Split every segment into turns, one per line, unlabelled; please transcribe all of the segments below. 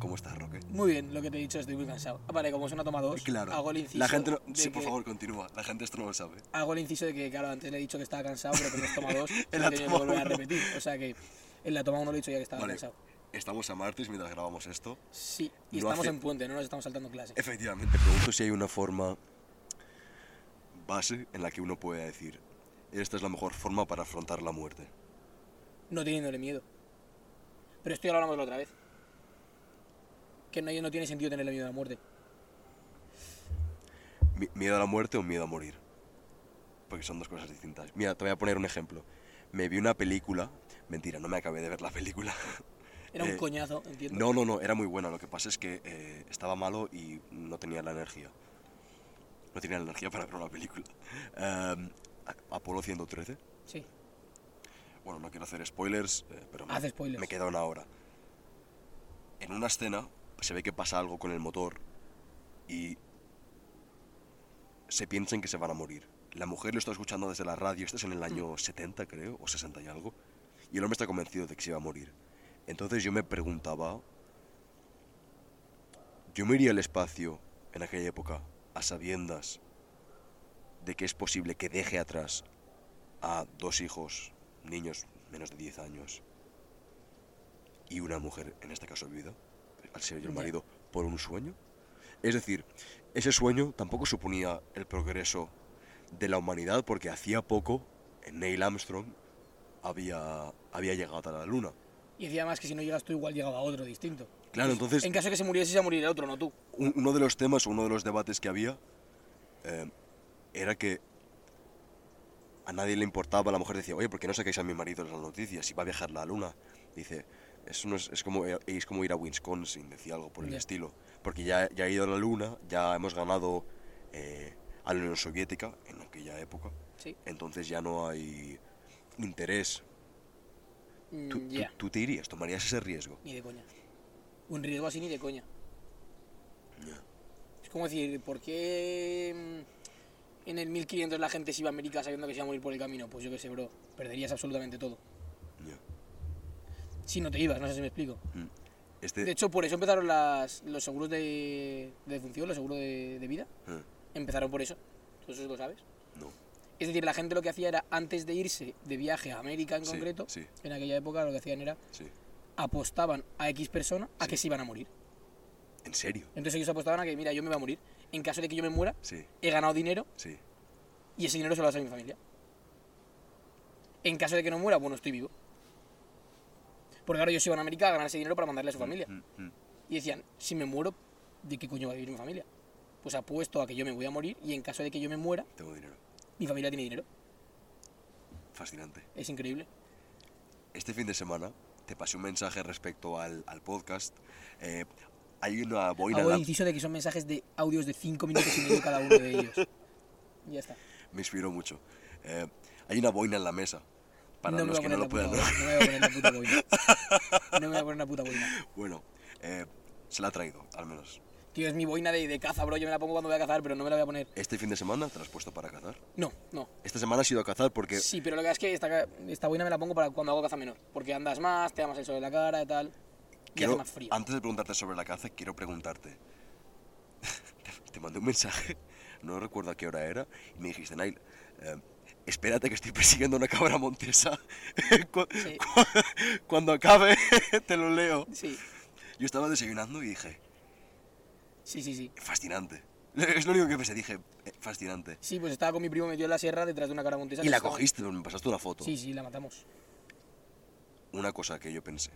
¿Cómo estás, Roque?
Muy bien, lo que te he dicho, estoy muy cansado. Ah, Vale, como es una toma dos,
Claro.
hago el inciso.
la gente no-
de
Sí, por
que-
favor, continúa. La gente esto no lo sabe.
Hago el inciso de que, claro, antes le he dicho que estaba cansado, pero como es toma dos,
En
he
la
tenido que
toma
volver a
uno.
repetir. O sea que en la toma uno le he dicho ya que estaba
Vale.
cansado.
Estamos a martes mientras grabamos esto.
Sí, y
Lo
estamos
hace-
en puente, no nos estamos saltando clase.
Efectivamente, pregunto si hay una forma base en la que uno pueda decir, esta es la mejor forma para afrontar la muerte.
No teniéndole miedo. Pero esto ya lo hablamos la otra vez. Que no, no tiene sentido tenerle miedo a la muerte.
Mi- ¿Miedo a la muerte o miedo a morir? Porque son dos cosas distintas. Mira, te voy a poner un ejemplo. Me vi una película. Mentira, no me acabé de ver la película.
Era un
Eh,
coñazo, entiendo.
No, no, no, era muy buena. Lo que pasa es que eh, estaba malo y no tenía la energía. No tenía la energía para ver una película. Em, A- Apolo 113.
Sí.
Bueno, no quiero hacer spoilers, eh, pero me,
Haz spoilers.
me queda una hora. En una escena se ve que pasa algo con el motor y se piensan que se van a morir. La mujer lo está escuchando desde la radio, esto es en
Mm.
el año 70 creo, o 60 y algo, y el hombre está convencido de que se iba a morir. Entonces yo me preguntaba, ¿yo me iría al espacio en aquella época a sabiendas de que es posible que deje atrás a dos hijos, niños menos de 10 años, y una mujer, en este caso viuda, al ser yo el
Ya.
marido, por un sueño? Es decir, ese sueño tampoco suponía el progreso de la humanidad porque hacía poco Neil Armstrong había, había llegado a la luna.
Y decía más que si no llegas tú, igual llegaba otro distinto. Pues,
Claro, entonces
En caso de que se muriese, se moriría otro, no tú.
un- uno de los temas, uno de los debates que había eh, era que a nadie le importaba, la mujer decía, oye, ¿por qué no sacáis a mi marido en las noticias? Si va a viajar la luna. Dice, eso no es, es como, eh, es como ir a Wisconsin, decía algo por el
Ya.
estilo. Porque ya, ya ha ido a la luna, ya hemos ganado eh, a la Unión Soviética en aquella época,
Sí.
entonces ya no hay interés.
Mm,
Tú, tú-
ya.
tú te irías, tomarías ese riesgo.
Ni de coña. Un riesgo así ni de coña. Es como decir, ¿por qué mm, en el 1500 la gente se iba a América sabiendo que se iba a morir por el camino? Pues yo qué sé, bro. Perderías absolutamente todo.
Ya.
Si no te ibas, no sé si me explico.
Mm. Este,
De hecho, por eso empezaron las, los seguros de, de defunción, los seguros de, de vida.
eh,
Empezaron por eso. Tú eso lo sabes.
no.
Es decir, la gente lo que hacía era, antes de irse de viaje a América en
Sí,
concreto,
sí.
en aquella época lo que hacían era
Sí.
apostaban a X persona a que se iban a morir.
¿En serio?
Entonces ellos apostaban a que, mira, yo me voy a morir. En caso de que yo me muera,
Sí,
he ganado dinero
sí.
y ese dinero se lo das a mi familia. En caso de que no muera, bueno, estoy vivo. Porque ahora ellos iban a América a ganar ese dinero para mandarle a su familia.
Mm, mm.
Y decían, si me muero, ¿de qué coño va a vivir mi familia? Pues apuesto a que yo me voy a morir y en caso de que yo me muera,
Tengo dinero.
mi familia tiene dinero.
Fascinante.
Es increíble.
Este fin de semana te pasé un mensaje respecto al, al podcast. Eh, hay una boina...
Hago el
lap-
inciso de que son mensajes de audios de 5 minutos y medio cada uno de ellos. Ya está.
Me inspiró mucho. Eh, hay una boina en la mesa. Para
no me
los
voy
que
a
no
poner
lo
la puta
puedan
boina. No me voy a poner la puta boina. No me voy a poner la puta boina.
Bueno, eh, se la ha traído, al menos.
Tío, es mi boina de, de caza, bro. Yo me la pongo cuando voy a cazar, pero no me la voy a poner.
Este fin de semana te la has puesto para cazar.
No, no.
Esta semana has ido a cazar porque...
Sí, pero lo que pasa es que esta, ca- esta boina me la pongo para cuando hago caza menor. Porque andas más, te da más el sol en la cara y tal. Y
quiero-
hace más frío.
Antes de preguntarte sobre la caza, quiero preguntarte... te, te mandé un mensaje, no recuerdo a qué hora era, y me dijiste, Nail... eh, Espérate que estoy persiguiendo una cabra montesa. Cu-
Sí.
cu- Cuando acabe, te lo leo.
Sí,
Yo estaba desayunando y dije,
sí, sí, sí.
fascinante. Es lo único que pensé, dije, "Eh, fascinante.
Sí, pues estaba con mi primo metido en la sierra detrás de una cara montesa.
Y la
Estaba-
cogiste, me pasaste una foto.
Sí, sí, la matamos.
Una cosa que yo pensé.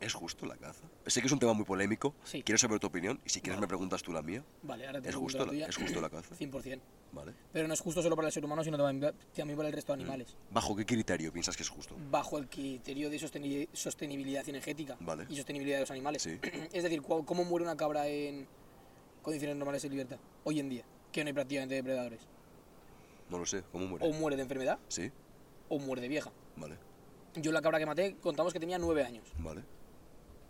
¿Es justo la caza? Sé que es un tema muy polémico.
Sí.
Quiero saber tu opinión y si quieres
Vale.
me preguntas tú la mía.
Vale, ahora te
¿Es
pregunto
justo la-
tuya.
es justo la caza?
100%.
¿Vale?
Pero no es justo solo para el ser humano, sino también también para el
Mm.
resto de animales.
¿Bajo qué criterio piensas que es justo?
bajo el criterio de sosteni- sostenibilidad energética
Vale.
y sostenibilidad de los animales.
Sí.
Es decir, cu- ¿cómo muere una cabra en condiciones normales de libertad? Hoy en día, que no hay prácticamente depredadores.
No lo sé, ¿cómo muere?
O muere de enfermedad
¿Sí?
o muere de vieja.
Vale,
Yo la cabra que maté, contamos que tenía 9 años.
vale.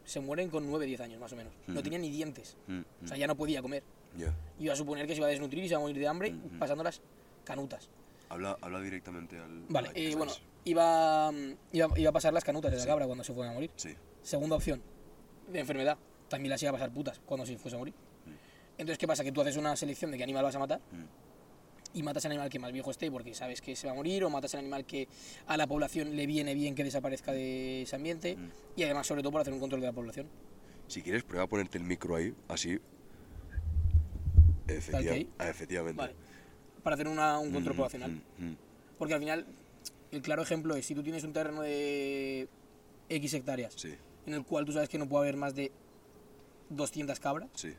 Se mueren con 9, 10 años más o menos. No
Ujú.
tenía ni dientes.
Mm,
O
mm,
sea, ya no podía comer.
ya.
Iba a suponer que se iba a desnutrir y se iba a morir de hambre
Ujú.
pasándolas canutas.
Habla, habla directamente al...
Vale,
al-
eh, bueno,
¿sabes?
iba, mm, iba, iba a pasar las canutas de la
Sí.
cabra cuando se fueran a morir.
Sí,
Segunda opción, de enfermedad, también las iba a pasar putas cuando se fuese a morir. Entonces, ¿qué pasa? Que tú haces una selección de qué animal vas a matar
Mm.
y matas al animal que más viejo esté porque sabes que se va a morir o matas al animal que a la población le viene bien que desaparezca de ese ambiente
Mm.
y además, sobre todo, para hacer un control de la población.
Si quieres, prueba a ponerte el micro ahí, así. Efectiva-
ahí?
ah, efectivamente.
Vale. Para hacer una- un control
Mm,
poblacional.
mm, mm.
Porque al final, el claro ejemplo es si tú tienes un terreno de X hectáreas
Sí,
en el cual tú sabes que no puede haber más de 200 cabras,
sí,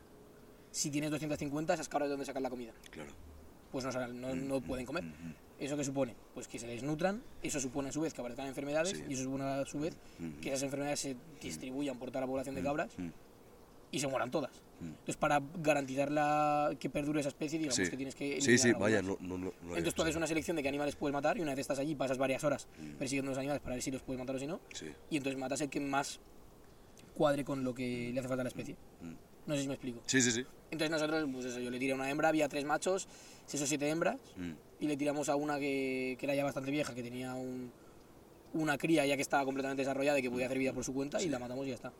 si tienes 250, esas cabras de dónde sacar la comida.
claro.
Pues no, sacan- no, no pueden comer.
Mm,
¿Eso qué supone? Pues que se desnutran, eso supone a su vez que aparezcan enfermedades
Sí.
y eso supone a su vez
Mm.
que esas enfermedades se distribuyan por toda la población de cabras
mm,
y se mueran todas.
Mm.
Entonces, para garantizar la, que perdure esa especie, digamos
Sí.
que tienes que...
sí,
eliminar
sí,
algunas.
vaya, no, no, no, no lo había
Entonces tú haces
pensado.
una selección de qué animales puedes matar y una vez estás allí pasas varias horas
Mm.
persiguiendo los animales para ver si los puedes matar o si no.
Sí,
Y entonces matas el que más cuadre con lo que le hace falta a la especie.
Mm.
No sé si me explico.
sí, sí. sí.
Entonces nosotros, pues eso, yo le tiré a una hembra, había tres machos, se hizo siete hembras
Mm,
y le tiramos a una que, que era ya bastante vieja, que tenía un- una cría ya que estaba completamente desarrollada y que podía hacer vida por su cuenta y la matamos y ya está.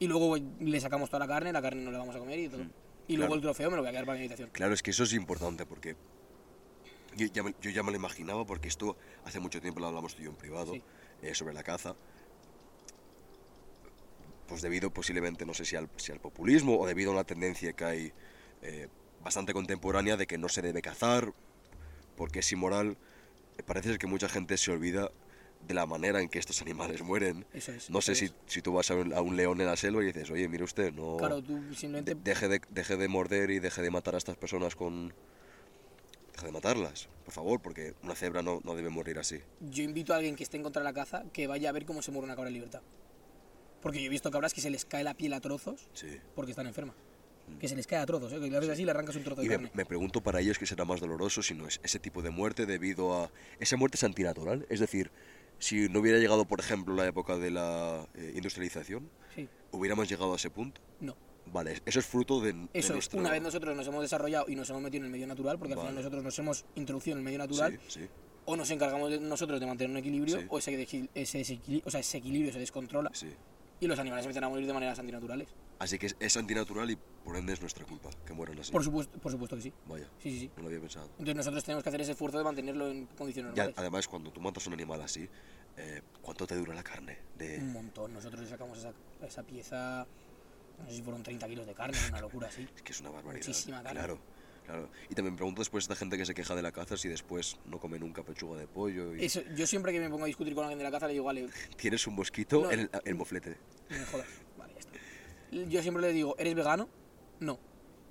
Y luego pues, le sacamos toda la carne, la carne no la vamos a comer y todo. Y luego
Claro.
el trofeo me lo voy a quedar para mi habitación.
Claro, es que eso es importante porque. Yo ya, me, yo ya me lo imaginaba porque esto hace mucho tiempo lo hablamos tú y yo en privado
Sí.
eh, sobre la caza. Pues debido posiblemente, no sé si al, si al populismo o debido a una tendencia que hay eh, bastante contemporánea de que no se debe cazar porque es inmoral. eh, Parece ser que mucha gente se olvida de la manera en que estos animales mueren.
Eso es.
No sé
eso
si,
es.
si tú vas a un, a un león en la selva y dices, oye, mire usted, no...
Claro, tú simplemente...
De- deje, de, deje de morder y deje de matar a estas personas con... Deje de matarlas, por favor, porque una cebra no, no debe morir así.
yo invito a alguien que esté en contra de la caza que vaya a ver cómo se muere una cabra en libertad. Porque yo he visto cabras que se les cae la piel a trozos
Sí.
porque están enfermas. Que se les cae a trozos, ¿eh? que le haces así y le arrancas un trozo de
Y me,
carne.
me pregunto para ellos qué será más doloroso si no es ese tipo de muerte debido a... Esa muerte es antinatural, es decir, si no hubiera llegado, por ejemplo, la época de la eh, industrialización,
Sí,
hubiéramos llegado a ese punto.
no.
Vale, eso es fruto de, de
Eso es,
nuestro-
una vez nosotros nos hemos desarrollado y nos hemos metido en el medio natural, porque al
Vale.
final nosotros nos hemos introducido en el medio
Sí,
natural,
sí,
o nos encargamos de- nosotros de mantener un equilibrio,
Sí.
o ese, desequil- ese desequili- o sea, ese equilibrio se descontrola
sí.
y los animales empiezan a morir de maneras antinaturales.
Así que es, es antinatural y por ende es nuestra culpa que mueran así.
Por, supuesto, por supuesto que sí.
Vaya,
Sí, sí, sí.
no lo había pensado.
Entonces nosotros tenemos que hacer ese esfuerzo de mantenerlo en condiciones
Ya,
normales.
además, cuando tú matas un animal así, eh, ¿cuánto te dura la carne? De...
Un montón. Nosotros le sacamos esa, esa pieza, no sé si fueron 30 kilos de carne, una locura así.
Es que es una barbaridad.
Muchísima carne.
Claro, claro. Y también me pregunto después esta gente que se queja de la caza si después no come nunca pechuga de pollo y
Eso, yo siempre que me pongo a discutir con alguien de la caza le digo, vale,
tienes un mosquito
No.
en el, el moflete.
no me jodas. Vale, ya está. Yo siempre le digo, ¿eres vegano? No.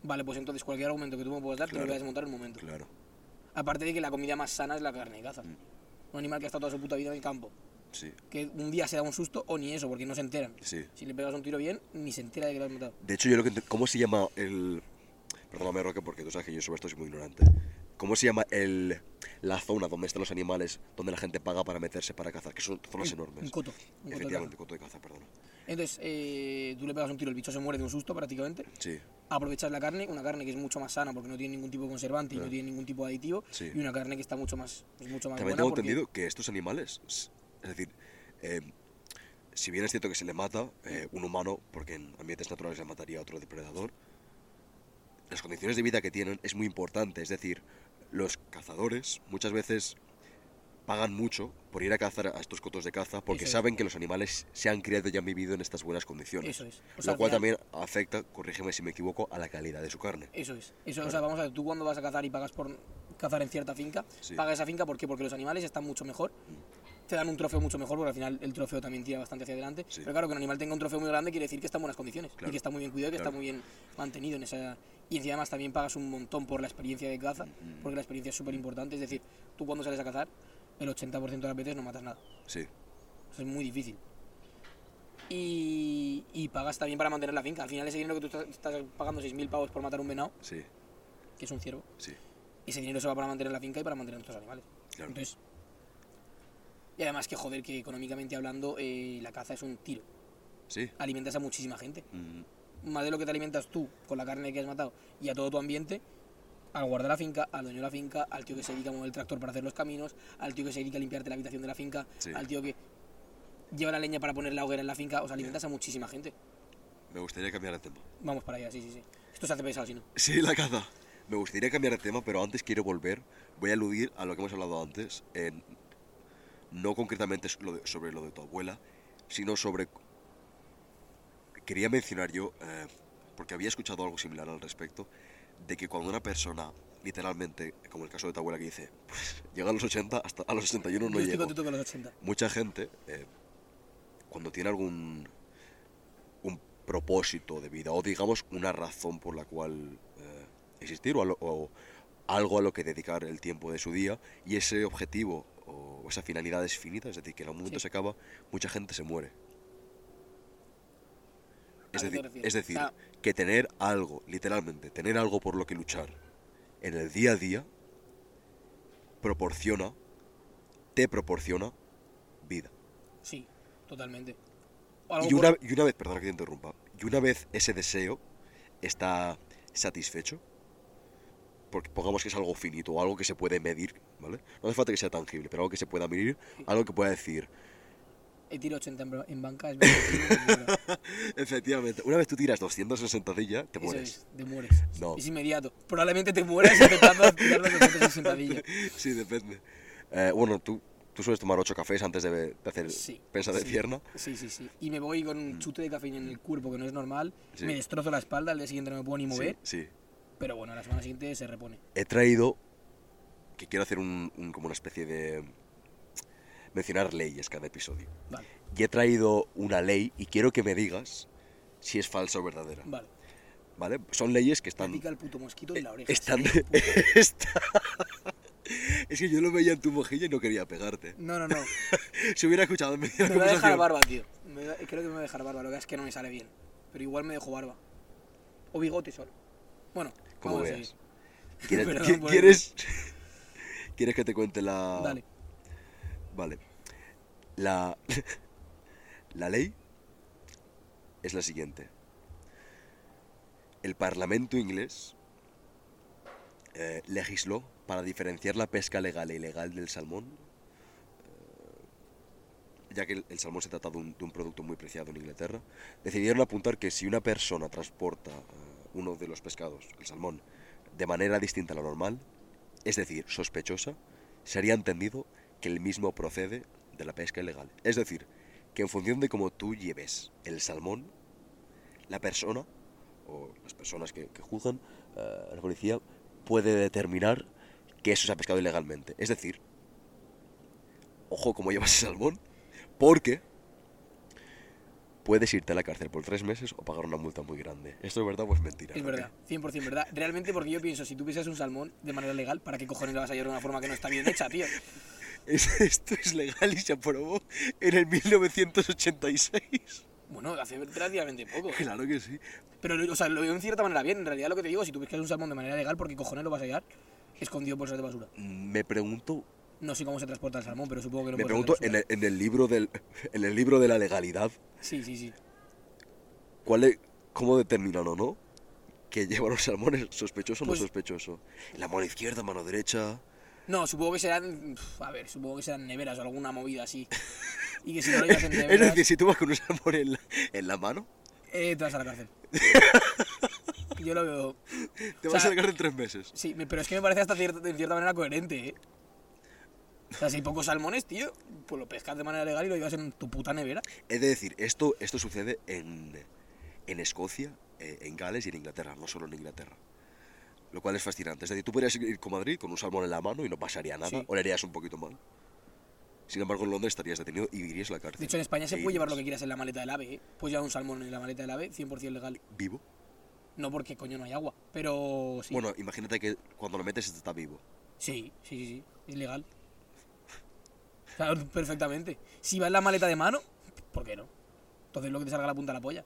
Vale, pues entonces cualquier argumento que tú me puedas dar te lo voy a
Claro.
desmontar en un momento.
Claro. Mm.
Aparte de que la comida más sana es la carne de caza. Un animal que ha estado toda su puta vida en el campo.
Sí,
Que un día se da un susto o ni eso, porque no se enteran.
sí.
Si le pegas un tiro bien, ni se entera de que lo has matado.
De hecho, yo lo que... ent- ¿Cómo se llama el... Perdóname, Roque, porque tú sabes que yo sobre esto soy muy ignorante. ¿Cómo se llama el... la zona donde están los animales, donde la gente paga para meterse para cazar? Que son zonas
Un-
enormes.
Un coto. Un coto de caza.
Pues, Efectivamente, coto de caza, perdona.
Entonces, eh, tú le pegas un tiro, el bicho se muere de un susto prácticamente.
Sí,
aprovechar la carne, una carne que es mucho más sana porque no tiene ningún tipo de conservante y no tiene ningún tipo de aditivo,
Sí.
y una carne que está mucho más, es mucho más
También
buena.
tengo
porque-
entendido que estos animales, s- es decir, eh, si bien es cierto que se le mata eh, un humano, porque en ambientes naturales se mataría a otro depredador, las condiciones de vida que tienen es muy importante. Es decir, los cazadores muchas veces pagan mucho por ir a cazar a estos cotos de caza porque
Eso es.
saben que los animales se han criado y han vivido en estas buenas condiciones.
Eso es. O sea,
lo cual
al final-
también afecta, corrígeme si me equivoco, a la calidad de su carne.
Eso es. Eso, o sea, vamos a ver, tú cuando vas a cazar y pagas por cazar en cierta finca,
Sí.
pagas esa finca ¿por qué? porque los animales están mucho mejor, te dan un trofeo mucho mejor, porque al final el trofeo también tira bastante hacia adelante.
Sí.
Pero claro, que un animal tenga un trofeo muy grande quiere decir que está en buenas condiciones y
Claro.
que está muy bien cuidado, que está
Claro.
muy bien mantenido en esa. Y encima además también pagas un montón por la experiencia de
Mm,
caza, porque la experiencia es súper importante. Es decir, tú cuando sales a cazar, el 80% de las veces no matas nada.
Sí,
O sea, es muy difícil. Y, y pagas también para mantener la finca. Al final ese dinero que tú estás, estás pagando 6.000 pavos por matar un venado,
sí,
que es un ciervo,
sí.
ese dinero se va para mantener la finca y para mantener nuestros animales.
Claro.
Entonces, y además que joder, que económicamente hablando eh, la caza es un tiro.
Sí.
Alimentas a muchísima gente.
Mm,
Más de lo que te alimentas tú con la carne que has matado y a todo tu ambiente, al guardar la finca, al dueño de la finca, al tío que se dedica a mover el tractor para hacer los caminos, al tío que se dedica a limpiarte la habitación de la finca,
Sí.
al tío que... lleva la leña para poner la hoguera en la finca, o sea, alimentas a muchísima gente.
Me gustaría cambiar de tema.
Vamos para allá, sí, sí, sí. Esto se hace pesado, si no.
Sí, la caza. Me gustaría cambiar de tema, pero antes quiero volver. Voy a aludir a lo que hemos hablado antes, en- no concretamente so- lo de- sobre lo de tu abuela, sino sobre... Quería mencionar yo, eh, porque había escuchado algo similar al respecto, de que cuando una persona, literalmente, como el caso de tu abuela que dice, pues llega a los 80, hasta a los 61 no
Yo estoy
llego
contento con los 80.
mucha gente, eh, cuando tiene algún un propósito de vida, o digamos una razón por la cual eh, existir, o, a lo- o algo a lo que dedicar el tiempo de su día, y ese objetivo o esa finalidad es finita, es decir, que en algún momento
Sí.
se acaba, mucha gente se muere.
¿A
Es,
qué te
decir-
refieres?
es decir,
O sea-
que tener algo, literalmente, tener algo por lo que luchar en el día a día proporciona, te proporciona vida.
Sí, totalmente. O algo
Y una,
por-
y una vez, perdona que te interrumpa, y una vez ese deseo está satisfecho, porque pongamos que es algo finito, o algo que se puede medir, ¿vale? No hace falta que sea tangible, pero algo que se pueda medir, algo que pueda decir.
He tirado 80 en, bro- en banca, es verdad.
Efectivamente, una vez tú tiras 260 sentadillas, te
Eso
mueres.
es, te mueres.
No.
Es inmediato. Probablemente te mueras intentando tirar los 200 sentadillas.
Sí, depende. Eh, bueno, tú, tú sueles tomar 8 cafés antes de, de hacer
Sí.
pensa de
sí,
pierna. Mm.
Sí, sí, sí. Y me voy con un chute de cafeína en el cuerpo que no es normal.
Sí.
Me destrozo la espalda, al día siguiente no me puedo ni
Sí,
mover.
sí.
Pero bueno, a la semana siguiente se repone.
he traído que quiero hacer un, un- como una especie de mencionar leyes cada episodio.
Vale,
Y he traído una ley y quiero que me digas si es falsa o verdadera.
vale.
¿Vale? Son leyes que
Me
están
pica el puto mosquito
Eh,
en la oreja.
están
sí.
está- Es que yo lo veía en tu mojilla y no quería pegarte.
No, no, no.
Si hubiera escuchado en medio de
Me
la
voy a dejar
conversación.
barba, tío. Me va- creo que me voy a dejar barba, lo que es que no me sale bien. Pero igual me dejo barba. O bigote solo. Bueno,
Como
vamos a
veas.
seguir.
¿Quieres,
Perdón
qui-
por el-
¿quieres, ¿Quieres que te cuente la...?
Dale.
Vale. La, la ley es la siguiente. El Parlamento inglés eh, legisló para diferenciar la pesca legal e ilegal del salmón, eh, ya que el, el salmón se trata de un, de un producto muy preciado en Inglaterra, decidieron apuntar que si una persona transporta eh, uno de los pescados, el salmón, de manera distinta a lo normal, es decir, sospechosa, sería entendido que el mismo procede de la pesca ilegal. Es decir, que en función de cómo tú lleves el salmón, la persona o las personas que, que juzgan, eh, la policía, puede determinar que eso se ha pescado ilegalmente. Es decir, ojo cómo llevas el salmón, porque puedes irte a la cárcel por tres meses o pagar una multa muy grande. ¿Esto es verdad o es mentira?
Es
Raquel?
verdad, 100% verdad. Realmente, porque yo pienso, si tú pesas un salmón de manera legal, ¿para qué cojones lo vas a llevar de una forma que no está bien hecha, tío?
Es- Esto es legal y se aprobó en el 1986.
Bueno, hace relativamente poco.
Claro que sí.
Pero, o sea, lo veo en cierta manera bien. En realidad, lo que te digo, si tú pescas un salmón de manera legal, ¿por qué cojones lo vas a llevar escondido en bolsas de basura?
Me pregunto,
No sé cómo se transporta el salmón, pero supongo que lo
me
puedes
pregunto
hacer
en el, en el libro del, en el libro de la legalidad,
basura. Sí, sí, sí.
¿cuál es, cómo determinan o no que llevan los salmones sospechoso o
Pues-
no sospechoso? La mano izquierda, mano derecha.
No, supongo que serán. pf, A ver, supongo que serán neveras o alguna movida así. Y que si no lo llevas en
Es
neveras,
decir, si tú vas con un salmón en la, en la mano,
eh, te vas a la cárcel. Yo lo veo.
te
O
vas a
sea-
sacar en tres meses.
Sí, me- pero es que me parece hasta cierta, de cierta manera coherente, ¿eh? O sea, si hay pocos salmones, tío, pues lo pescas de manera legal y lo llevas en tu puta nevera.
Es de decir, esto, esto sucede en, en Escocia, eh, en Gales y en Inglaterra, no solo en Inglaterra. Lo cual es fascinante. Es decir, tú podrías ir con Madrid con un salmón en la mano y no pasaría nada,
Sí.
olerías un poquito mal. Sin embargo, en Londres estarías detenido y vivirías en la cárcel.
De hecho, en España se
E
puede llevar lo que
irías
quieras en la maleta del ave, ¿eh? Pues llevar un salmón en la maleta del ave, 100% legal.
¿Vivo?
No porque coño no hay agua, pero sí.
Bueno, imagínate que cuando lo metes está vivo.
Sí, sí, sí, sí, es legal. Claro, perfectamente. Si va en la maleta de mano, ¿por qué no? Entonces lo que te salga la punta de la polla.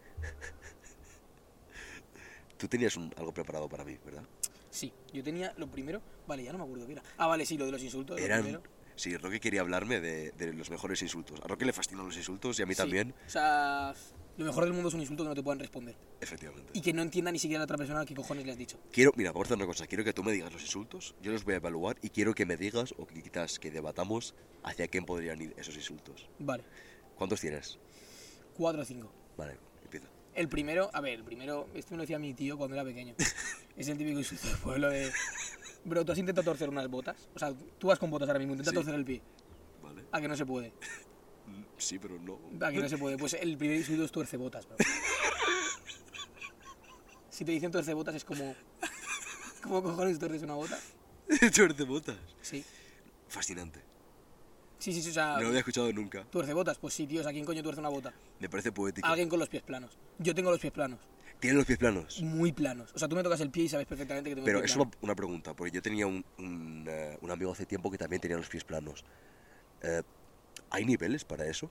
Tú tenías un- algo preparado para mí, ¿verdad?
Sí, yo tenía lo primero. Vale, ya no me acuerdo qué era. Ah, vale, sí, lo de los insultos. lo
Eran...
primero.
Sí, Roque quería hablarme de, de los mejores insultos. A Roque le fascinan los insultos y a mí
Sí,
también,
O sea, lo mejor del mundo es un insulto que no te puedan responder.
efectivamente.
Y que no entienda ni siquiera la otra persona qué cojones le has dicho.
Quiero, mira, vamos a hacer una cosa. Quiero que tú me digas los insultos, yo los voy a evaluar y quiero que me digas o que quizás que debatamos hacia quién podrían ir esos insultos.
Vale.
¿Cuántos tienes?
Cuatro o cinco.
Vale, empieza.
El primero, a ver, el primero, este me lo decía mi tío cuando era pequeño. es el típico insulto del pueblo de. Bro, tú has intentado torcer unas botas. O sea, tú vas con botas ahora mismo, intenta
Sí.
torcer el pie.
Vale.
A que no se puede.
Mm, Sí, pero no.
A que no se puede. Pues el primer insulto es tuerce botas, bro. Si te dicen tuerce botas es como. ¿Cómo cojones tuerces una bota?
Tuerce botas.
Sí.
Fascinante.
Sí, sí, sí, o sea.
No lo había escuchado nunca.
Tuerce botas, pues sí, tíos, ¿a quién coño tuerce una bota?
Me parece poético.
Alguien con los pies planos. Yo tengo los pies planos,
Tiene los pies planos.
muy planos. O sea, tú me tocas el pie y sabes perfectamente que tengo
Pero
el pie
es
plano.
una, una pregunta, porque yo tenía un, un, eh, un amigo hace tiempo que también tenía los pies planos. Eh, ¿Hay niveles para eso?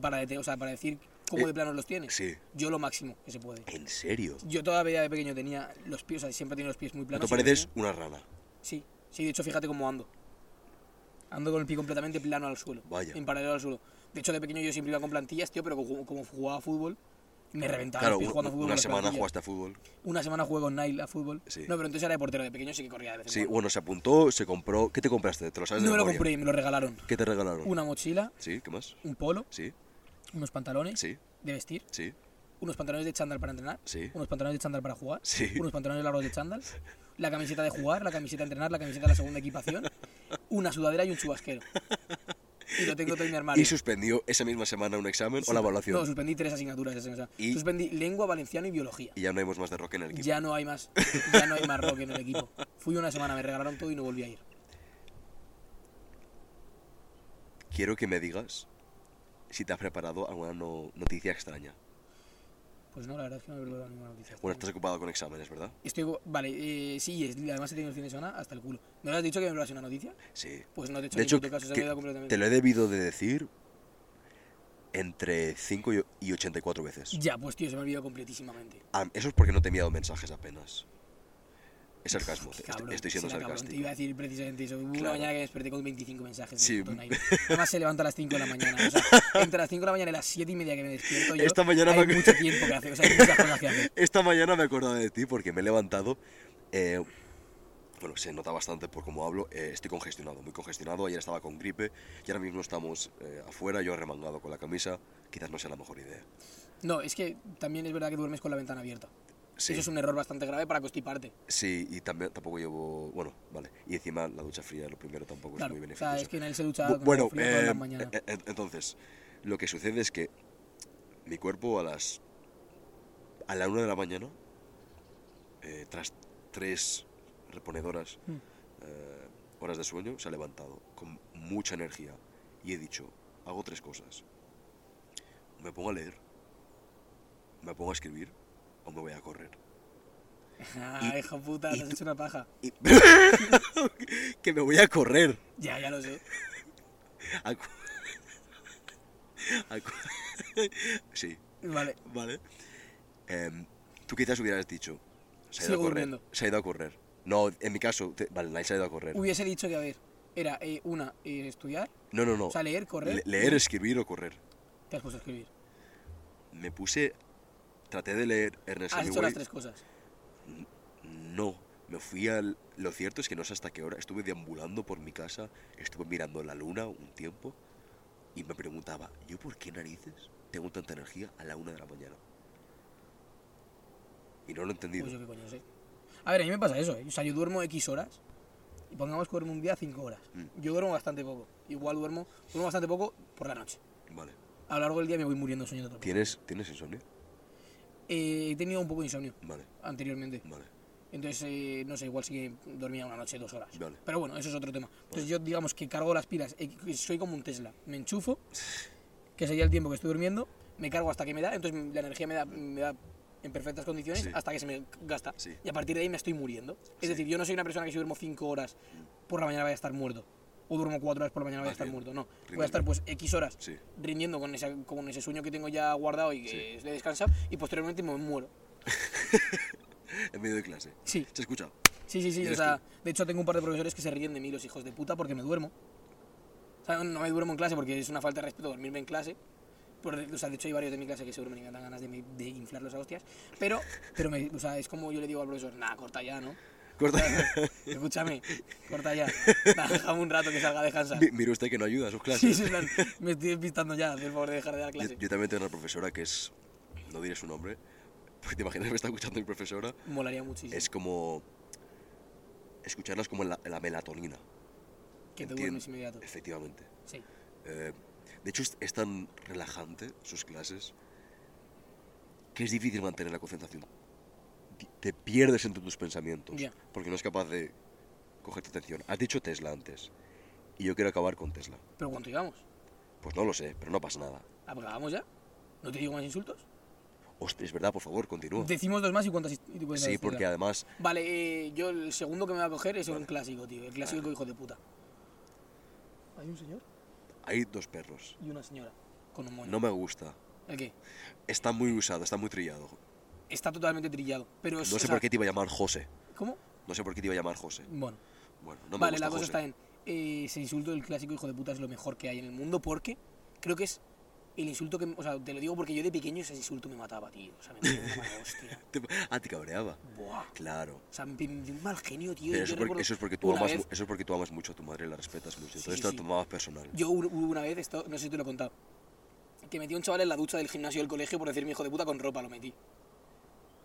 Para, dete- o sea, para decir cómo
Eh,
de planos los tienes.
sí.
Yo lo máximo que se puede.
¿En serio?
Yo todavía de pequeño tenía los pies, o sea, siempre tenía los pies muy
¿No te
planos.
pareces una rana?
Sí, sí, de hecho, fíjate cómo ando. Ando con el pie completamente plano al suelo.
Vaya.
En paralelo al suelo. De hecho, de pequeño yo siempre iba con plantillas, tío, pero como, como jugaba a fútbol, me reventaba
Claro,
los pies
un-
jugando a fútbol. con
una
las
semana
plantillas.
jugaste a fútbol.
Una semana jugué con Nile a fútbol.
Sí.
No, pero entonces era de portero. De pequeño sí que corría de vez en
Sí,
cuando.
bueno, se apuntó, se compró. ¿Qué te compraste? ¿Te lo sabes de
No me lo
memoria? Mm.
compré, me lo regalaron.
¿Qué te regalaron?
Una mochila,
Sí, ¿qué más?
un polo,
Sí,
unos pantalones
sí,
de vestir,
sí.
unos pantalones de chándal para entrenar,
Sí.
unos pantalones de chándal para jugar,
Sí.
unos pantalones largos de chándal, la camiseta de jugar, la camiseta de entrenar, la camiseta de la segunda equipación, una sudadera y un chubasquero. Y lo tengo todo en mi armario.
¿Y suspendió esa misma semana un examen o la evaluación?
No, suspendí tres asignaturas. ese, o sea,
¿Y?
Suspendí lengua, valenciano y biología.
Y ya no vemos más de rock en el equipo.
Ya no hay más, ya no hay más rock en el equipo. Fui una semana, me regalaron todo y no volví a ir.
Quiero que me digas si te has preparado alguna no- noticia extraña.
Pues no, la verdad es que no me preparado ninguna noticia.
Bueno, estás ocupado con exámenes, ¿verdad?
Estoy, co- vale, eh, sí, es- además he tenido el fin de semana hasta el culo. ¿Me has dicho que me hablas una noticia?
Sí.
Pues no te he hecho
De hecho,
ningún caso, se
que-
me ha
te
olvidado completamente.
lo he debido de decir entre 5 y- y 84 veces.
Ya, pues tío, se me ha olvidado completísimamente.
Ah, eso es porque no te he enviado mensajes apenas. Es sarcasmo,
Qué
est-
cabrón,
este- estoy siendo
será cabrón, Te
sarcástico.
iba a decir precisamente eso. Hubo Una
Claro.
mañana que me desperté con 25 mensajes. de
Sí.
puto Nairo. Además se levanta a las 5 de la mañana. O sea, entre las 5 de la mañana y las 7 y media que me despierto yo,
Esta mañana
hay
me-
mucho tiempo que hacer. O sea, hay muchas cosas que hacer.
Esta mañana me he acordado de ti porque me he levantado. eh, bueno, se nota bastante por cómo hablo. eh, estoy congestionado, muy congestionado. Ayer estaba con gripe y ahora mismo estamos eh, afuera, yo remangado con la camisa. Quizás no sea la mejor idea.
No, es que también es verdad que duermes con la ventana abierta.
Sí,
Eso es un error bastante grave para constiparte.
sí y también tampoco llevo. Bueno, vale. Y encima la ducha fría, lo primero tampoco
claro,
es Pues muy
o sea, es
beneficioso.
que en él se ducha
Bu-
con
bueno,
frío todas
eh,
las mañanas.
e- e- entonces, lo que sucede es que mi cuerpo a las. a la una de la mañana, eh, tras tres reponedoras
Mm.
eh, horas de sueño, se ha levantado con mucha energía y he dicho: hago tres cosas. Me pongo a leer, me pongo a escribir o me voy a correr.
Ah, hijo puta,
y
te has
tú-
hecho una paja.
Y- que me voy a correr.
Ya, ya lo sé.
A cu- a cu- sí,
Vale.
vale. Em, tú quizás hubieras dicho. Se ha ido
Sigo
a correr.
durmiendo.
Se ha ido a correr. No, en mi caso, te- vale, Nai se ha ido a correr.
Hubiese dicho que, a ver, era eh, una, eh, estudiar,
no, no, no.
o sea, leer, correr.
Le- leer, escribir o correr.
Te has puesto a escribir.
Me puse. Traté de leer Ernest
Has hecho Ah,
Hemingway.
las tres cosas.
No, me fui al. Lo cierto es que no sé hasta qué hora. Estuve deambulando por mi casa, estuve mirando la luna un tiempo y me preguntaba, ¿yo por qué narices tengo tanta energía a la una de la mañana? Y no lo he entendido.
Pues yo qué coño sé. A ver, a mí me pasa eso, ¿eh? O sea, yo duermo X horas. Y pongamos que duermo un día 5 horas.
Mm.
Yo duermo bastante poco. Igual duermo, duermo bastante poco por la noche.
Vale.
A lo largo del día me voy muriendo de sueño de otro tipo.
¿Tienes, ¿Tienes insomnio?
Eh, he tenido un poco de insomnio
Vale,
anteriormente.
vale.
Entonces, eh, no sé, igual sí que dormía una noche, dos horas.
Vale.
Pero bueno, eso es otro tema. Entonces yo digamos que cargo las pilas, eh, que soy como un Tesla. Me enchufo, que sería el tiempo que estoy durmiendo, me cargo hasta que me da, entonces la energía me da, me da en perfectas condiciones
Sí.
hasta que se me gasta.
Sí.
Y a partir de ahí me estoy muriendo. Es
Sí.
decir, yo no soy una persona que si duermo 5 horas por la mañana vaya a estar muerto. O duermo 4 horas por la mañana
Más
vaya a estar
Ah, bien,
muerto. No, voy
rindiendo.
a estar pues X horas
Sí.
rindiendo con ese, con ese sueño que tengo ya guardado y que le he descansado y posteriormente me muero.
En medio de clase.
Sí.
¿Se escucha?
Sí, sí, sí. O
Eres
sea, de hecho, tengo un par de profesores que se ríen de mí, los hijos de puta, porque me duermo. O sea, no me duermo en clase porque es una falta de respeto dormirme en clase. Por- o sea, de hecho, hay varios de mi clase que se duermen y me dan ganas de, me- de inflarlos a hostias. Pero, pero me- o sea, es como yo le digo al profesor, nada, corta ya, ¿no?
Corta.
Escúchame, corta ya. Nah, Déjame un rato que salga de descansar.
Mi- Mire usted que no ayuda a sus clases.
Sí, sí, en plan, me estoy despistando ya, por favor de dejar de dar
Yo,
clase.
yo también tengo una profesora que es. No diré su nombre. Porque te imaginas, me está escuchando mi profesora.
Molaría muchísimo.
Es como. Escucharlas como la, la melatonina.
que te
entiendo.
duermes inmediato.
Efectivamente.
Sí.
Eh, de hecho, es, es tan relajante sus clases que es difícil mantener la concentración. Ti- Te pierdes entre tus pensamientos
Ya.
porque no es capaz de coger tu atención. Has dicho Tesla antes y yo quiero acabar con Tesla.
Pero ¿cuánto llevamos?
Pues no lo sé, pero no pasa nada.
¿Acabamos ya? ¿No te digo más insultos?
Hostia, es verdad, por favor, continúa.
Decimos dos más y cuántas... y cuántas
Sí, porque
tendrá.
además
Vale, eh, yo el segundo que me va a coger es un
Vale.
clásico, tío. El clásico hijo de puta. Hay un señor
hay dos perros.
y una señora con un moño.
No me gusta.
¿El qué?
Está muy usado, está muy trillado.
Está totalmente trillado. Pero
No
es, Pues, o
sé
sea,
por qué te iba a llamar José.
¿Cómo?
No sé por qué te iba a llamar José.
Bueno.
Bueno, no me
vale,
gusta
la cosa
José.
está en. eh, ese insulto del clásico hijo de puta es lo mejor que hay en el mundo porque creo que es el insulto que. O sea, te lo digo porque yo de pequeño ese insulto me mataba, tío. O sea, me mataba, hostia.
Te- Ah, te cabreaba.
Buah.
Claro.
O sea, me, me- un mal genio, tío.
Pero
Yo
eso, es
recuerdo
porque, eso es porque tú
una
amas,
vez-
mu- eso es porque tú amas mucho a tu madre y la respetas mucho. Entonces
sí,
te lo
sí.
tomabas personal.
Yo un- hubo una vez, esto, no sé si te lo he contado, que metí a un chaval en la ducha del gimnasio del colegio por decir mi hijo de puta con ropa, lo metí.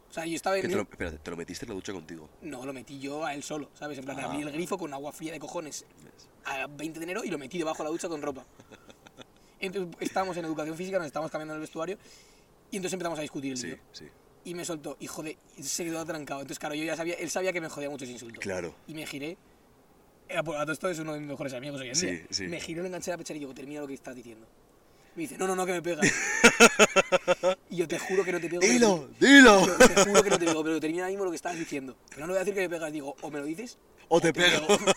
O sea, yo estaba
Que
en.
te lo, espérate, te lo metiste en la ducha contigo.
No, lo metí yo a él solo, ¿sabes? En plan,
Ah.
abrí el grifo con agua fría de cojones a 20 de enero y lo metí debajo de la ducha con ropa. Entonces estábamos en educación física, nos estábamos cambiando en el vestuario y entonces empezamos a discutir el
Sí,
tío.
sí.
Y me soltó, y joder, y se quedó atrancado. Entonces, claro, yo ya sabía, él sabía que me jodía muchos insultos.
Claro.
Y me giré. Era por- a todo esto es uno de mis mejores amigos hoy en
Sí,
día.
sí.
Me giré, le enganché la pechera y digo, termina lo que estás diciendo. Me dice, no, no, no, que me pegas. y yo te juro que no te pego.
¡Dilo! ¡Dilo!
Yo te juro que no te pego, pero termina ahora mismo lo que estás diciendo. Pero no le voy a decir que me pegas, digo, o me lo dices.
¡O te
te
pego!
pego.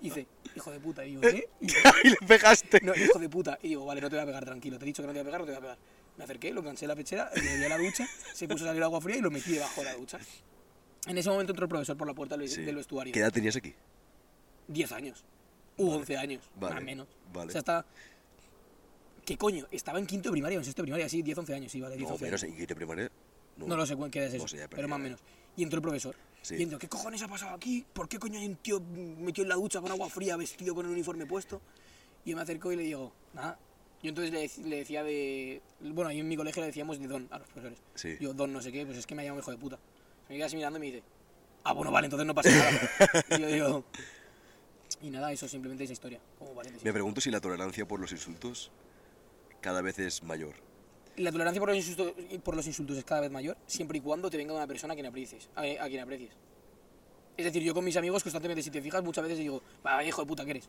Y dice, hijo de puta. Y digo, ¿qué? Y digo,
¡Y le pegaste!
no, hijo de puta. Y digo, vale, no te voy a pegar, tranquilo. Te he dicho que no te voy a pegar, no te voy a pegar. Me acerqué, lo cansé la pechera, me di a la ducha, se puso a salir agua fría y lo metí debajo de la ducha. En ese momento entró el profesor por la puerta del
Sí.
del vestuario.
¿Qué edad tenías aquí?
10 años. U 11 años,
vale,
más o menos.
vale.
O sea, estaba... ¿Qué coño? Estaba en quinto de primaria, o en sexto de primaria, sí, 10, 11 años, sí, vale, 10,
No,
11
menos
años.
en quinto de primaria. No.
No lo sé cuál- qué edad es
No
eso,
sé, ya he
pero más o
perdido.
menos. Y entró el profesor.
Sí.
Y entró, ¿qué cojones ha pasado aquí? ¿Por qué coño hay un tío metido en la ducha con agua fría, vestido con el uniforme puesto? Y yo me acercó y le digo, nada. Yo entonces le, dec- le decía de... Bueno, ahí en mi colegio le decíamos de don a los profesores.
Sí.
Yo, don no sé qué, pues es que me ha llamado hijo de puta. Se me queda así mirando y me dice, ah, bueno, vale, entonces no pasa nada. y yo digo... Y nada, eso simplemente es historia. Como paréntesis.
Me pregunto si la tolerancia por los insultos cada vez es mayor.
La tolerancia por los, insultos, por los insultos es cada vez mayor, siempre y cuando te venga una persona a quien aprecies. A, a quien aprecies. Es decir, yo con mis amigos constantemente, si te fijas, muchas veces digo, vaya hijo de puta que eres.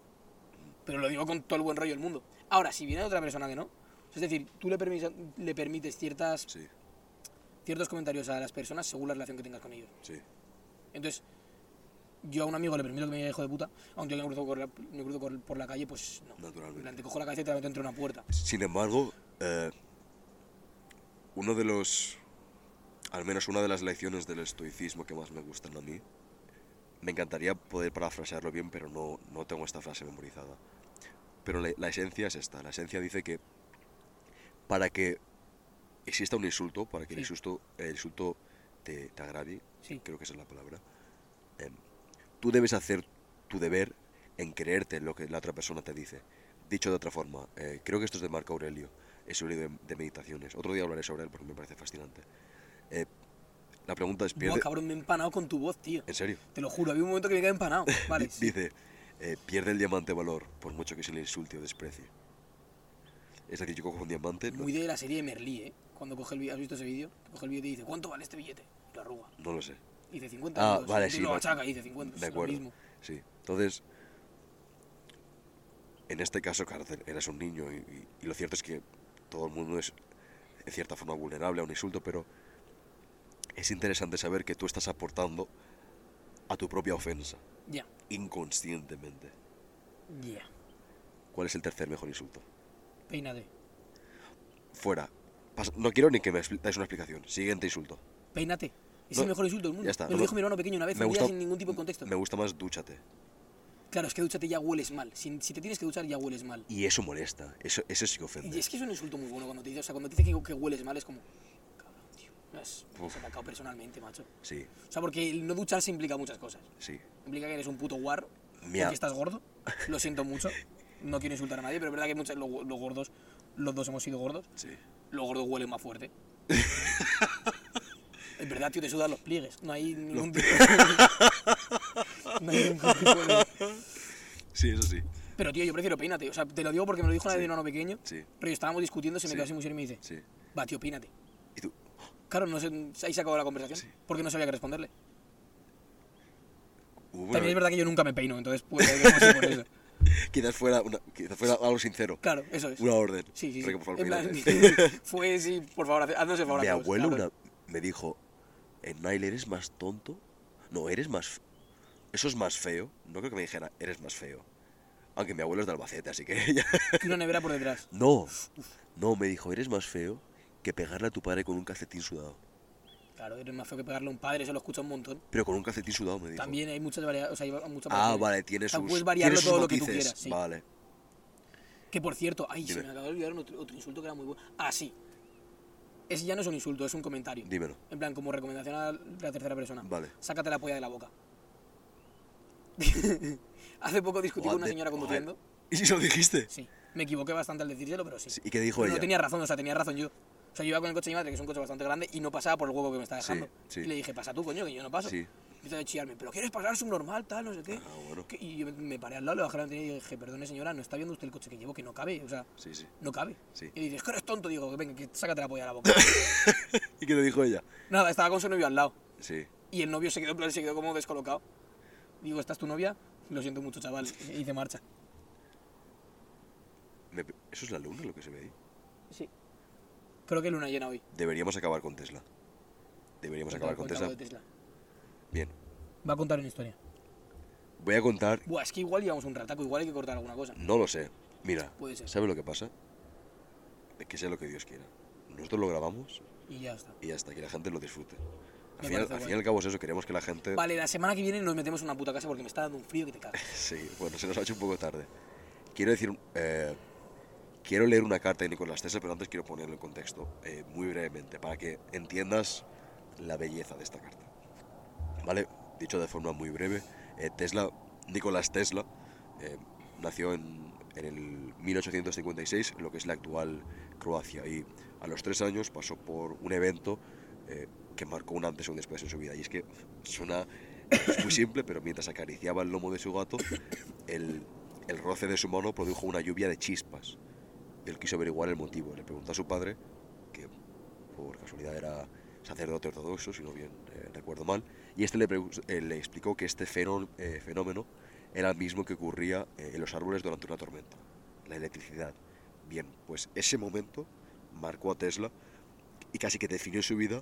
Pero lo digo con todo el buen rollo del mundo. Ahora, si viene otra persona que no, es decir, tú le, permis- le permites ciertas,
Sí,
ciertos comentarios a las personas según la relación que tengas con ellos.
sí.
Entonces, yo a un amigo le permito que me diga hijo de puta, a un tío que me cruzo por la, me cruzo por, por la calle, pues no.
Naturalmente.
En plan, Te cojo la cabeza y te la meto entre una puerta.
Sin embargo, eh, uno de los. Al menos una de las lecciones del estoicismo que más me gustan a mí. Me encantaría poder parafrasearlo bien, pero no, no tengo esta frase memorizada. Pero la, la esencia es esta. La esencia dice que para que exista un insulto, para que el
Sí.
insulto, el insulto te, te agravie,
Sí.
creo que esa es la palabra, em, tú debes hacer tu deber en creerte en lo que la otra persona te dice. Dicho de otra forma, eh, creo que esto es de Marco Aurelio, es un libro de, de meditaciones. Otro día hablaré sobre él porque me parece fascinante. Eh, la pregunta es,
Buah,
¿pierde?
cabrón, me he empanado con tu voz, tío.
¿En serio?
Te lo juro, había un momento que me quedé empanado. Vale.
Di-
sí.
Dice, eh, pierde el diamante valor, por mucho que se le insulte o desprecie. Es decir, yo cojo un diamante, no,
Muy de la serie de Merlí, ¿eh? Cuando coge el vídeo, ¿has visto ese vídeo? Que Coge el vídeo y dice, ¿cuánto vale este billete? Y lo arruga.
no lo sé.
Y dice 50
Ah,
euros.
vale,
Y
sí.
lo
va-
achaca y dice 50.
De
pues es lo
acuerdo.
mismo.
Sí. Entonces, en este caso, claro, te- eras un niño y, y- y lo cierto es que todo el mundo es, en cierta forma, vulnerable a un insulto, pero es interesante saber que tú estás aportando a tu propia ofensa,
Ya.
inconscientemente.
Ya.
¿Cuál es el tercer mejor insulto?
Peínate.
Fuera. Pas- no quiero ni que me expli- dais una explicación. Siguiente insulto.
Peínate. Es
No,
el mejor insulto del mundo.
ya está.
Me lo
No,
dijo mi hermano pequeño una vez,
me
un día
gusta-
sin ningún tipo de contexto.
Me gusta más dúchate.
Claro, es que dúchate ya hueles mal. Si, si te tienes que duchar ya hueles mal.
Y eso molesta. Eso, eso sí que ofende.
Y es que es un insulto muy bueno cuando te dice, o sea, cuando te dice que, que hueles mal es como, cabrón, tío. No es,
Uf.
es atacado personalmente, macho.
Sí,
O sea, porque el no ducharse implica muchas cosas.
sí.
Implica que eres un puto guarro,
Mira.
porque estás gordo. Lo siento mucho. No quiero insultar a nadie, pero es verdad que muchas, los, los gordos, los dos hemos sido gordos.
Sí.
Los gordos huelen más fuerte. es verdad, tío, te sudan los pliegues. No hay ningún tipo No hay ningún tipo de-
Sí, eso sí.
Pero, tío, yo prefiero pínate. O sea, te lo digo porque me lo dijo una vez
Sí.
mi hermano pequeño.
Sí.
Pero yo estábamos discutiendo, se me
Sí.
quedó así muy serio y me dice,
Sí.
va, tío, pínate.
¿Y tú?
Claro, no sé, ahí se acabó la conversación.
Sí.
Porque no sabía qué responderle.
Uh, bueno,
También es verdad que yo nunca me peino, entonces pues, puede que no sea por eso.
Quizás fuera, una- quizás fuera algo sincero.
Claro, eso es.
Una orden.
Sí, sí, sí.
Porque, por favor,
En plan,
mírate.
fue, sí, por favor, hace- haznos el favor.
Mi
a todos,
abuelo
cabrón.
una- me dijo, eh, Nile, ¿eres más tonto? No, eres más... f- Eso es más feo. No creo que me dijera, eres más feo. Aunque mi abuelo es de Albacete, así que... ya-
Y una nevera por detrás.
No, no, me dijo, eres más feo que pegarle a tu padre con un calcetín sudado.
Claro, es más feo que pegarle a un padre, eso lo escucha un montón.
Pero con un calcetín sudado me dijo.
También hay muchas variedades, o sea, hay muchas
Ah,
variaciones.
vale, tiene
O sea,
sus...
puedes variarlo
tiene sus
todo lo que tú
matices.
quieras. sí.
Vale.
Que por cierto, ay, se
Dime.
me acaba de olvidar un otro, otro insulto que era muy bueno. Ah, sí. Ese ya no es un insulto, es un comentario.
Dímelo.
En plan, como recomendación a la tercera persona.
Vale.
Sácate la polla de la boca. Hace poco discutí con
What
una
the-
señora conduciendo.
¿Y si lo dijiste?
Sí. Me equivoqué bastante al decírselo, pero sí.
Sí, ¿Y qué dijo
Pero
ella?
no tenía razón, o sea, tenía razón yo. O sea, yo iba con el coche de mi madre, que es un coche bastante grande, y no pasaba por el hueco que me estaba
Sí,
dejando.
sí.
Y le dije, pasa tú, coño, que yo no paso.
Sí.
Y empezó a chillarme, pero quieres pasar subnormal, tal, no sé qué.
Ah, bueno.
Que- Y yo me- me paré al lado, le bajé la ventanilla y dije, perdone señora, no está viendo usted el coche que llevo, que no cabe, o sea,
Sí, sí.
no cabe.
Sí.
Y dices, que eres tonto, digo, que venga, que sácate la polla de la boca.
¿Y qué le dijo ella?
Nada, estaba con su novio al lado.
Sí.
Y el novio se quedó, en plan, se quedó como descolocado. Digo, ¿esta es tu novia? Lo siento mucho, chaval. Y hice marcha.
Me- ¿Eso es la luna lo que se ve ahí?
Sí. Creo que luna llena hoy.
Deberíamos acabar con Tesla. Deberíamos acabar con
Cuenta
Tesla.
algo de Tesla.
Bien.
Va a contar una historia.
Voy a contar.
Buah, es que igual llevamos un rataco, igual hay que cortar alguna cosa.
No lo sé. Mira,
Puede ser.
¿sabes lo que pasa? Que sea lo que Dios quiera. Nosotros lo grabamos
Y ya está.
y hasta que la gente lo disfrute. Al
Me
final,
parece
al fin y
guay.
al cabo es eso, queremos que la gente...
Vale, la semana que viene nos metemos en una puta casa porque me está dando un frío que te cagas.
Sí, bueno, se nos ha hecho un poco tarde. Quiero decir, eh, quiero leer una carta de Nicolás Tesla, pero antes quiero ponerlo en contexto, eh, muy brevemente, para que entiendas la belleza de esta carta. ¿Vale? Dicho de forma muy breve, eh, Tesla, Nicolás Tesla, eh, nació en, en el 1856, en lo que es la actual Croacia, y a los tres años pasó por un evento eh, que marcó un antes y un después en su vida. Y es que suena es muy simple, pero mientras acariciaba el lomo de su gato, el, el roce de su mano produjo una lluvia de chispas. Él quiso averiguar el motivo. Le preguntó a su padre, que por casualidad era sacerdote ortodoxo, si no bien eh, recuerdo mal, y este le, pregu- eh, le explicó que este fenó- eh, fenómeno era el mismo que ocurría eh, en los árboles durante una tormenta, la electricidad. Bien, pues ese momento marcó a Tesla y casi que definió su vida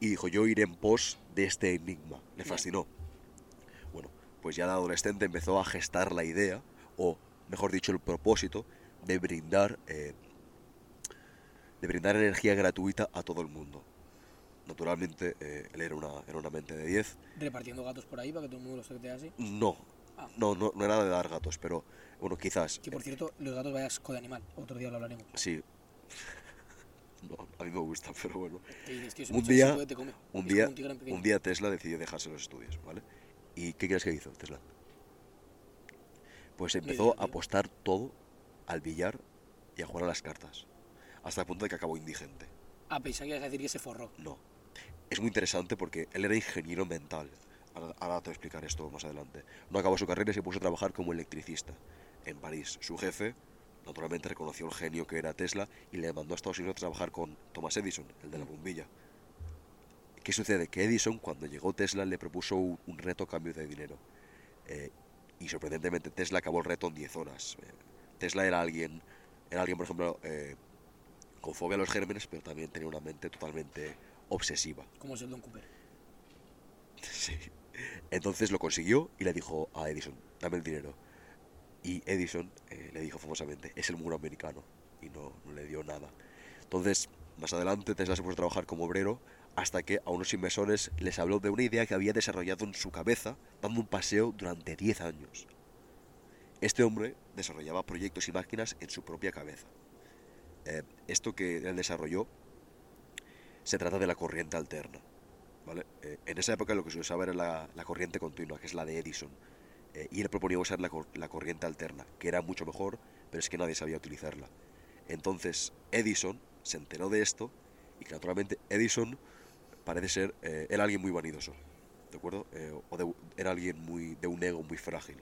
y dijo yo iré en pos de este enigma. Le
Ya.
fascinó. Bueno, pues ya de adolescente empezó a gestar la idea, o mejor dicho, el propósito de brindar, eh, de brindar energía gratuita a todo el mundo. Naturalmente, eh, él era una, era una mente de 10.
Repartiendo gatos por ahí para que todo el mundo los trate así.
No,
Ah.
no, no, no era de dar gatos, pero bueno, quizás. eh,
Que por cierto, los gatos vaya asco de animal. Otro día lo hablaremos.
Sí. No, a mí me gusta, pero bueno.
Que dices, tío, ese
Un
bicho se
día-
puede, te come.
Un
Es
día,
como un tigre en pequeño.
un día Tesla decidió dejarse los estudios, ¿vale? ¿Y qué crees que hizo Tesla? Pues empezó
idea,
a
tío.
apostar todo al billar y a jugar a las cartas. Hasta el punto de que acabó indigente.
Ah, pensaba que ibas a decir que se forró.
No. Es muy interesante porque él era ingeniero mental. Ahora, ahora te voy a explicar esto más adelante. No acabó su carrera y se puso a trabajar como electricista en París. Su jefe, naturalmente, reconoció el genio que era Tesla y le mandó a Estados Unidos a trabajar con Thomas Edison, el de la bombilla. ¿Qué sucede? Que Edison, cuando llegó Tesla, le propuso un, un reto a cambio de dinero. Eh, y sorprendentemente, Tesla acabó el reto en 10 horas. Eh, Tesla era alguien, era alguien por ejemplo, eh, con fobia a los gérmenes, pero también tenía una mente totalmente obsesiva.
Como es el Don Cooper.
Sí. Entonces lo consiguió y le dijo a Edison, dame el dinero. Y Edison eh, le dijo famosamente, es el muro americano. Y no, no le dio nada. Entonces, más adelante Tesla se puso a trabajar como obrero hasta que a unos inversores les habló de una idea que había desarrollado en su cabeza dando un paseo durante 10 años. Este hombre desarrollaba proyectos y máquinas en su propia cabeza. Eh, esto que él desarrolló se trata de la corriente alterna. ¿vale? Eh, en esa época lo que se usaba era la, la corriente continua, que es la de Edison. Eh, y él proponía usar la, cor- la corriente alterna, que era mucho mejor, pero es que nadie sabía utilizarla. Entonces Edison se enteró de esto y que naturalmente Edison parece ser, eh, era alguien muy vanidoso, ¿de acuerdo? Eh, o de- era alguien muy, de un ego muy frágil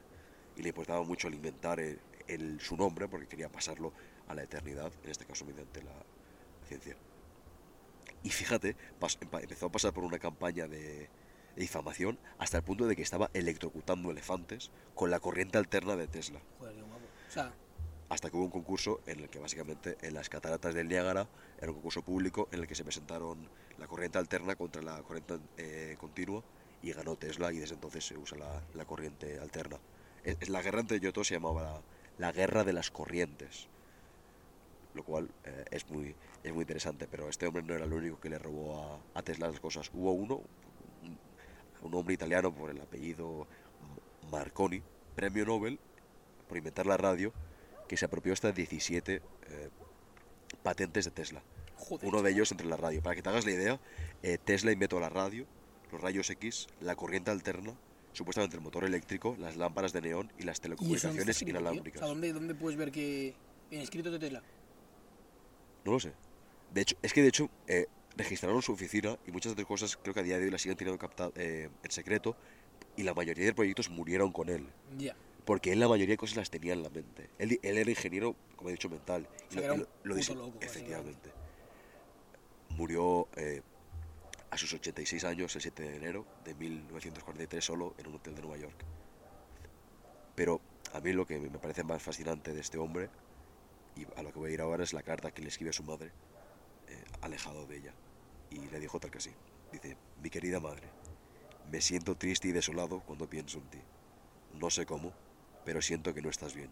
y le importaba mucho alimentar el- el- su nombre porque quería pasarlo a la eternidad, en este caso mediante la, la ciencia. Y fíjate, pas- empa- empezó a pasar por una campaña de, de difamación hasta el punto de que estaba electrocutando elefantes con la corriente alterna de Tesla
Joder, qué guapo. O sea,
hasta que hubo un concurso en el que básicamente en las cataratas del Niágara era un concurso público en el que se presentaron la corriente alterna contra la corriente eh, continua y ganó Tesla y desde entonces se usa la, la corriente alterna. Es, es la guerra entre Yoto se llamaba la, la guerra de las corrientes, lo cual eh, es, muy, es muy interesante, pero este hombre no era el único que le robó a, a Tesla las cosas. Hubo uno, un- un hombre italiano por el apellido Marconi, premio Nobel por inventar la radio, que se apropió hasta 17 eh, patentes de Tesla.
joder.
Uno de ellos entre la radio. Para que te hagas la idea, eh, Tesla inventó la radio, los rayos X, la corriente alterna, supuestamente el motor eléctrico, las lámparas de neón y las
¿Y eso dónde está
telecomunicaciones
escrito, tío?
inalámbricas.
O sea, ¿dónde, ¿dónde puedes ver que. En escritos de Tesla?
No lo sé. De hecho, es que de hecho eh, registraron su oficina y muchas otras cosas creo que a día de hoy las siguen teniendo capta- eh, en secreto y la mayoría de proyectos murieron con él.
Ya.
Porque él la mayoría de cosas las tenía en la mente. Él, él era ingeniero, como he dicho, mental.
O sea, que era un puto
dise-
loco,
Efectivamente. Murió eh, a sus 86 años el 7 de enero de 1943 solo en un hotel de Nueva York. Pero a mí lo que me parece más fascinante de este hombre, y a lo que voy a ir ahora, es la carta que le escribe a su madre, eh, alejado de ella. Y le dijo tal que así. Dice, mi querida madre, me siento triste y desolado cuando pienso en ti. No sé cómo, pero siento que no estás bien.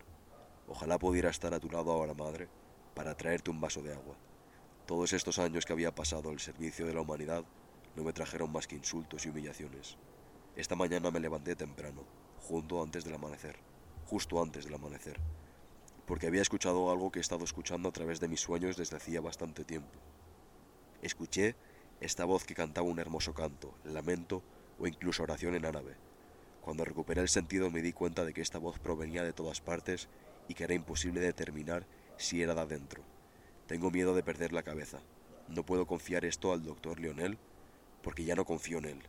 Ojalá pudiera estar a tu lado ahora, madre, para traerte un vaso de agua. Todos estos años que había pasado al servicio de la humanidad no me trajeron más que insultos y humillaciones. Esta mañana me levanté temprano, junto antes del amanecer, justo antes del amanecer, porque había escuchado algo que he estado escuchando a través de mis sueños desde hacía bastante tiempo. Escuché esta voz que cantaba un hermoso canto, lamento o incluso oración en árabe. Cuando recuperé el sentido me di cuenta de que esta voz provenía de todas partes y que era imposible determinar si era de adentro. Tengo miedo de perder la cabeza. No puedo confiar esto al doctor Lionel porque ya no confío en él.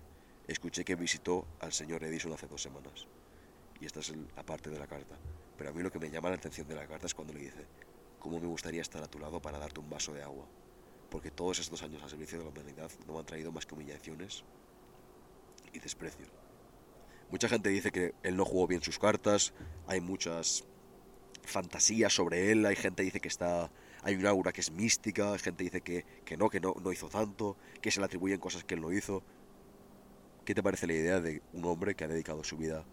Escuché que visitó al señor Edison hace dos semanas. Y esta es el- la parte de la carta. Pero a mí lo que me llama la atención de la carta es cuando le dice, ¿cómo me gustaría estar a tu lado para darte un vaso de agua? Porque todos estos años al servicio de la humanidad no me han traído más que humillaciones y desprecio. Mucha gente dice que él no jugó bien sus cartas, hay muchas fantasías sobre él, hay gente que dice que está... Hay un aura que es mística, hay gente que dice que, que no, que no, no hizo tanto, que se le atribuyen cosas que él no hizo. ¿Qué te parece la idea de un hombre que ha dedicado su vida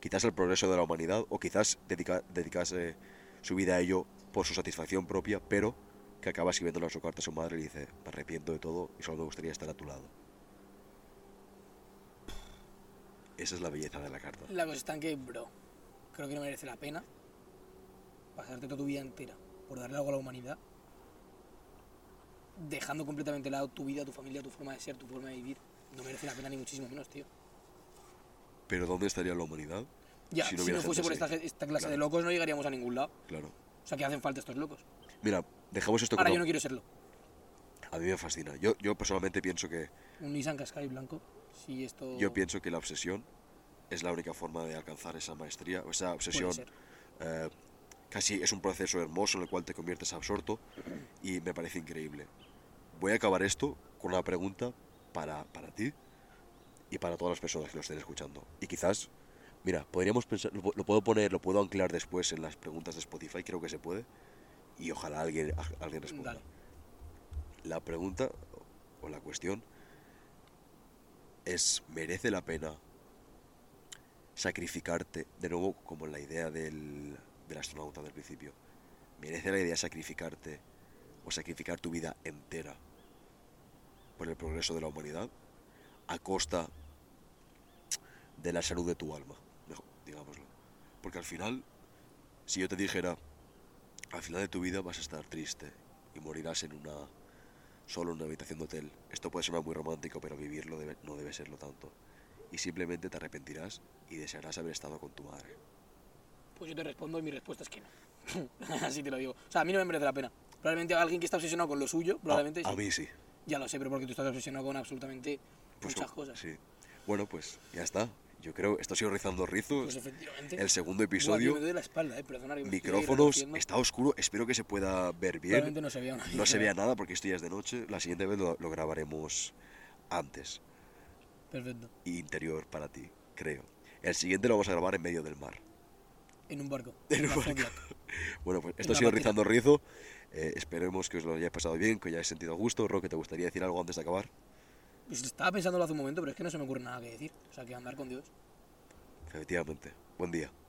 quizás al progreso de la humanidad o quizás dedica- dedicase su vida a ello por su satisfacción propia, pero que acaba escribiéndole a su carta a su madre y le dice, me arrepiento de todo y solo me gustaría estar a tu lado? Esa es la belleza de la carta.
La cosa está en que, bro, creo que no merece la pena pasarte toda tu vida entera por darle algo a la humanidad, dejando completamente de lado tu vida, tu familia, tu forma de ser, tu forma de vivir. No merece la pena ni muchísimo menos, tío.
Pero ¿dónde estaría la humanidad?
Ya, si no,
hubiera gente
fuese por esta,
así?
ge- esta clase de
Claro.
locos no llegaríamos a ningún lado.
Claro.
O sea, que hacen falta estos locos.
Mira, dejamos esto
Ahora
con
yo no
una-
quiero serlo.
A mí me fascina. Yo, yo personalmente pienso que
Un Nissan Qashqai blanco, si esto...
yo pienso que la obsesión es la única forma de alcanzar esa maestría, o esa obsesión.
ser.
eh, casi es un proceso hermoso en el cual te conviertes absorto y me parece increíble. Voy a acabar esto con una pregunta para, para ti y para todas las personas que lo estén escuchando. Y quizás, mira, podríamos pensar, lo, lo puedo poner, lo puedo anclar después en las preguntas de Spotify, creo que se puede, y ojalá alguien, alguien responda
Dale.
la pregunta o la cuestión es, ¿merece la pena sacrificarte? De nuevo, como la idea del, del astronauta del principio. ¿Merece la idea sacrificarte o sacrificar tu vida entera por el progreso de la humanidad a costa de la salud de tu alma? Mejor, digámoslo. Porque al final, si yo te dijera, al final de tu vida vas a estar triste y morirás en una solo en una habitación de hotel. Esto puede sonar muy romántico, pero vivirlo debe- no debe serlo tanto. Y simplemente te arrepentirás y desearás haber estado con tu madre. Ah,
Pues yo te respondo y mi respuesta es que no. Así te lo digo. O sea, a mí no me merece la pena. Probablemente alguien que está obsesionado con lo suyo, probablemente
a, a
sí.
mí sí.
Ya lo sé, pero porque tú estás obsesionado con absolutamente
Pues,
muchas
o-
cosas.
Sí. Bueno, pues ya está. Yo creo, esto ha sido Rizando Rizos.
Pues efectivamente.
el segundo
Buah, tío,
episodio.
me duele la espalda, eh, perdona. que me estoy ahí
Micrófonos,
retorciendo.
está oscuro, espero que se pueda ver bien.
Probablemente no se vea una
No se
mierda.
vea nada porque esto ya es de noche. La siguiente vez lo, lo grabaremos antes.
Perfecto.
Y interior para ti, creo. El siguiente lo vamos a grabar en medio del mar.
En un barco.
En un
la
barco.
jungla.
Bueno, pues
En
esto ha
una
sido
máquina.
Rizando Rizo. Eh, esperemos que os lo hayáis pasado bien, que os hayáis sentido a gusto. Roque, ¿te gustaría decir algo antes de acabar?
Pues estaba pensándolo hace un momento, pero es que no se me ocurre nada que decir. O sea, que andar con Dios.
Efectivamente. Buen día.